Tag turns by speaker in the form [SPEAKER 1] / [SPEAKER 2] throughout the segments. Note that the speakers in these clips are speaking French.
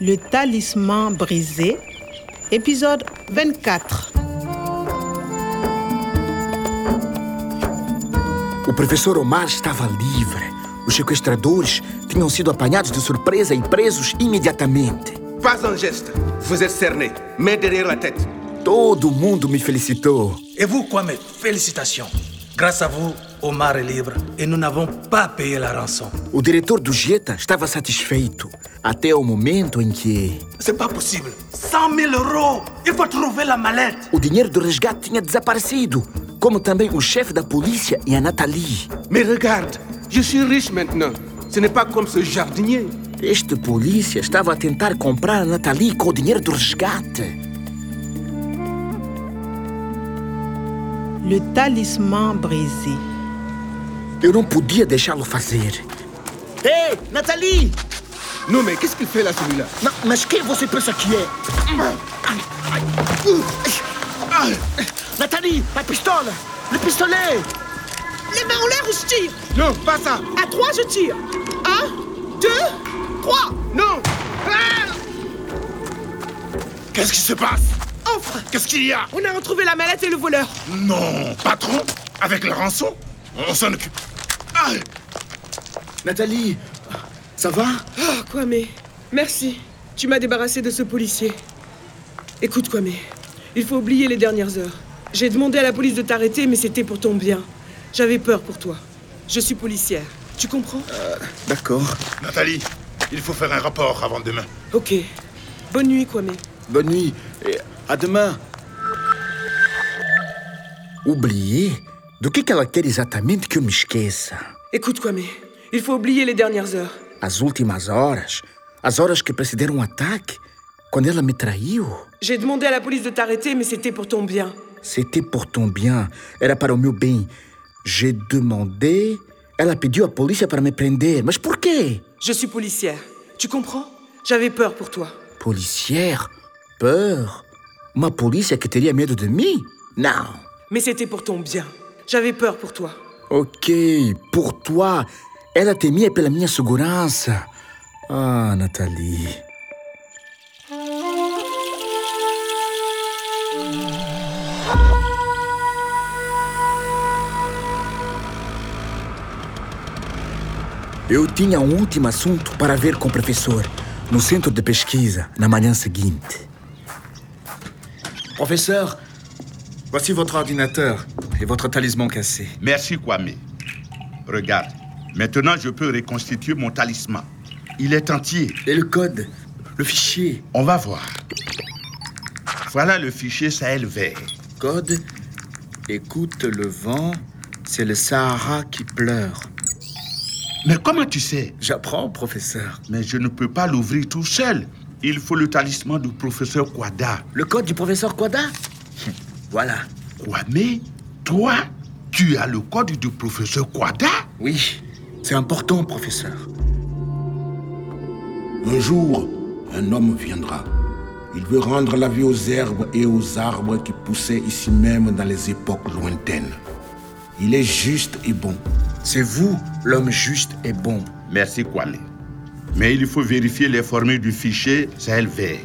[SPEAKER 1] Le talisman brisé, épisode 24.
[SPEAKER 2] O professor Omar estava livre. Os sequestradores tinham sido apanhados de surpresa e presos imediatamente.
[SPEAKER 3] Pas un geste. Vous êtes cerné. Main derrière la tête.
[SPEAKER 2] Todo mundo me felicitou.
[SPEAKER 4] Et vous, Kwame, félicitations. Grâce à vous, Omar est libre et nous n'avons pas payé la rançon.
[SPEAKER 2] O diretor do Jeta estava satisfeito, até o momento em que
[SPEAKER 4] C'est pas possible. 100 000 euros Il faut trouver la mallette
[SPEAKER 2] o dinheiro do resgate tinha desaparecido, como também o chefe da polícia e a Nathalie.
[SPEAKER 3] Mais regarde, je suis riche maintenant. Ce n'est pas comme ce jardinier.
[SPEAKER 2] Este polícia estava a tentar comprar a Nathalie com o dinheiro do resgate.
[SPEAKER 1] Le talisman brisé.
[SPEAKER 2] Eu não podia deixá-lo fazer. Ei, Nathalie!
[SPEAKER 3] Non, mais qu'est-ce qu'il fait là, celui-là
[SPEAKER 2] Ma- mas quem você pensa que é? Nathalie, a pistola! Le pistolet!
[SPEAKER 5] Les mains en l'air ou je tire
[SPEAKER 3] Non, pas ça.
[SPEAKER 5] À trois, je tire. Un, deux, trois.
[SPEAKER 3] Non
[SPEAKER 6] Ah. Qu'est-ce qui se passe
[SPEAKER 5] Offre.
[SPEAKER 6] Qu'est-ce qu'il y a
[SPEAKER 5] On a retrouvé la mallette et le voleur.
[SPEAKER 6] Non, patron Avec la rançon On s'en occupe. Ah
[SPEAKER 2] Nathalie, ça va?
[SPEAKER 5] Oh, Kwame, merci. Tu m'as débarrassé de ce policier. Écoute, Kwame, il faut oublier les dernières heures. J'ai demandé à la police de t'arrêter, mais c'était pour ton bien. J'avais peur pour toi. Je suis policière. Tu comprends
[SPEAKER 2] D'accord.
[SPEAKER 6] Nathalie, il faut faire un rapport avant demain.
[SPEAKER 5] Ok. Bonne nuit, Kwame.
[SPEAKER 2] Bonne nuit et à demain. Oublié? Do que, que ela quer exatamente que eu me esqueça?
[SPEAKER 5] Écoute, Kwame, il faut oublier les dernières heures.
[SPEAKER 2] As últimas horas, as horas que precederam o ataque, quando ela me traiu.
[SPEAKER 5] J'ai demandé à la police de t'arrêter, mais c'était pour ton bien.
[SPEAKER 2] C'était pour ton bien, era para o meu bem. J'ai demandé. Ela pediu à polícia para me prender, mas por quê?
[SPEAKER 5] Je suis policière. Tu comprends J'avais peur pour toi.
[SPEAKER 2] Policière? Peur? Uma polícia que teria medo de mim? Não.
[SPEAKER 5] Mais c'était pour ton bien. J'avais peur pour toi.
[SPEAKER 2] Ok, pour toi, ela temia pela minha segurança. Ah, Nathalie. Eu tinha um último assunto para ver com o professor no centro de pesquisa na manhã seguinte.
[SPEAKER 7] Professeur, voici votre ordinateur et votre talisman cassé.
[SPEAKER 8] Merci, Kwame. Regarde, maintenant je peux reconstituer mon talisman. Il est entier.
[SPEAKER 7] Et le code, le fichier.
[SPEAKER 8] On va voir. Voilà le fichier Sahel vert.
[SPEAKER 7] Code, écoute le vent, c'est le Sahara qui pleure.
[SPEAKER 8] Mais comment tu sais
[SPEAKER 7] J'apprends, professeur.
[SPEAKER 8] Mais je ne peux pas l'ouvrir tout seul. Il faut le talisman du professeur Kwada.
[SPEAKER 7] Le code du professeur Kwada Voilà.
[SPEAKER 8] Kwame, toi, tu as le code du professeur Kwada
[SPEAKER 7] Oui, c'est important, professeur.
[SPEAKER 9] Un jour, un homme viendra. Il veut rendre la vie aux herbes et aux arbres qui poussaient ici même dans les époques lointaines. Il est juste et bon.
[SPEAKER 7] C'est vous, l'homme juste et bon.
[SPEAKER 8] Merci, Kwame. Mais il faut vérifier les formules du fichier Sahel vert.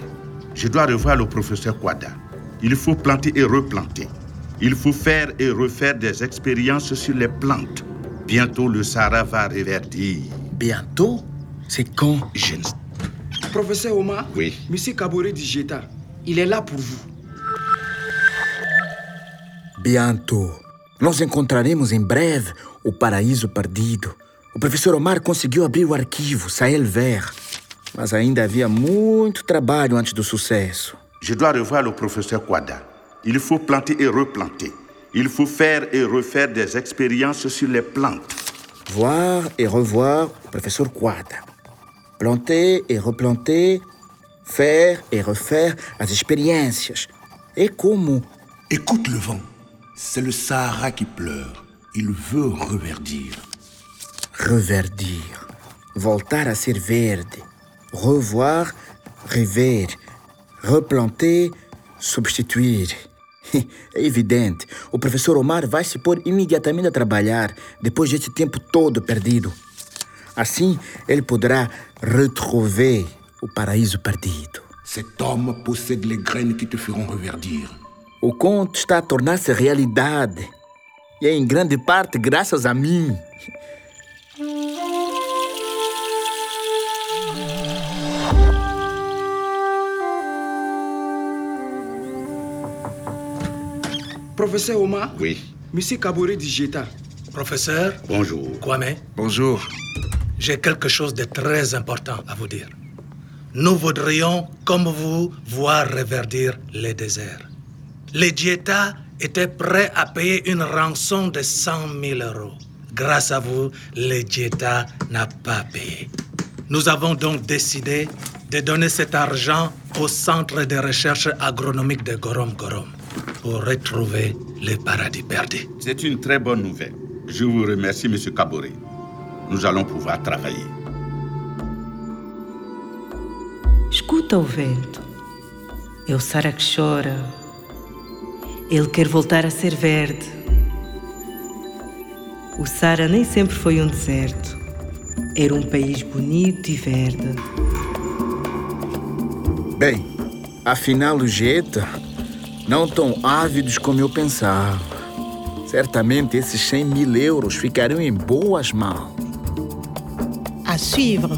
[SPEAKER 8] Je dois revoir le professeur Kwada. Il faut planter et replanter. Il faut faire et refaire des expériences sur les plantes. Bientôt, le Sahara va reverdir.
[SPEAKER 7] Bientôt C'est quand
[SPEAKER 8] Je ne sais
[SPEAKER 10] Professeur Omar,
[SPEAKER 8] Oui.
[SPEAKER 10] Monsieur Kabore du Jeta, il est là pour vous.
[SPEAKER 2] Bientôt, nós encontraremos em breve o paraíso perdido. O professor Omar conseguiu abrir o arquivo Sahel Vert, mas ainda havia muito trabalho antes do sucesso.
[SPEAKER 8] Je dois revoir le professeur Kwada. Il faut planter et replanter. Il faut faire et refaire des expériences sur les plantes.
[SPEAKER 2] Voir et revoir o professor Quadra. Planter e replanter, faire e refaire as experiências. É como
[SPEAKER 9] Écoute le vent. C'est le Sahara qui pleure. Il veut reverdir.
[SPEAKER 2] reverdir, voltar a ser verde, revoir, rever, replanter, substituir. É evidente, o professor Omar vai se pôr imediatamente a trabalhar depois deste tempo todo perdido. Assim, ele poderá retrover o paraíso perdido.
[SPEAKER 9] Cet homme possède les graines qui te feront reverdir.
[SPEAKER 2] O conto está a tornar-se realidade. E é em grande parte graças a mim.
[SPEAKER 10] Professeur Omar
[SPEAKER 8] Oui,
[SPEAKER 10] Monsieur Kabore Digeta.
[SPEAKER 4] Professeur
[SPEAKER 8] bonjour.
[SPEAKER 4] Kwame,
[SPEAKER 7] Bonjour.
[SPEAKER 4] j'ai quelque chose de très important à vous dire. Nous voudrions, comme vous, voir reverdir les déserts. Les Dieta étaient prêts à payer une rançon de 100 000 euros. Grâce à vous, les Dieta n'a pas payé. Nous avons donc décidé de donner cet argent au Centre de recherche agronomique de Gorom Gorom pour retrouver le paradis perdu.
[SPEAKER 8] C'est une très bonne nouvelle. Je vous remercie, Monsieur Kabore. Nous allons pouvoir travailler.
[SPEAKER 11] Escuta o vento. É o Sara que chora. Ele quer voltar a ser verde. O Sara nem sempre foi um deserto. Era um país bonito e verde.
[SPEAKER 2] Bem, afinal os Jeta não tão ávidos como eu pensava. Certamente esses 100 mil euros ficariam em boas mãos.
[SPEAKER 1] À suivre.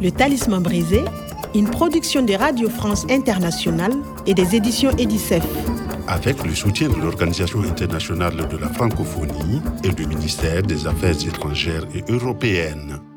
[SPEAKER 1] Le Talisman brisé, une production de Radio France Internationale et des éditions Edicef.
[SPEAKER 12] avec le soutien de l'Organisation internationale de la francophonie et du ministère des Affaires étrangères et européennes.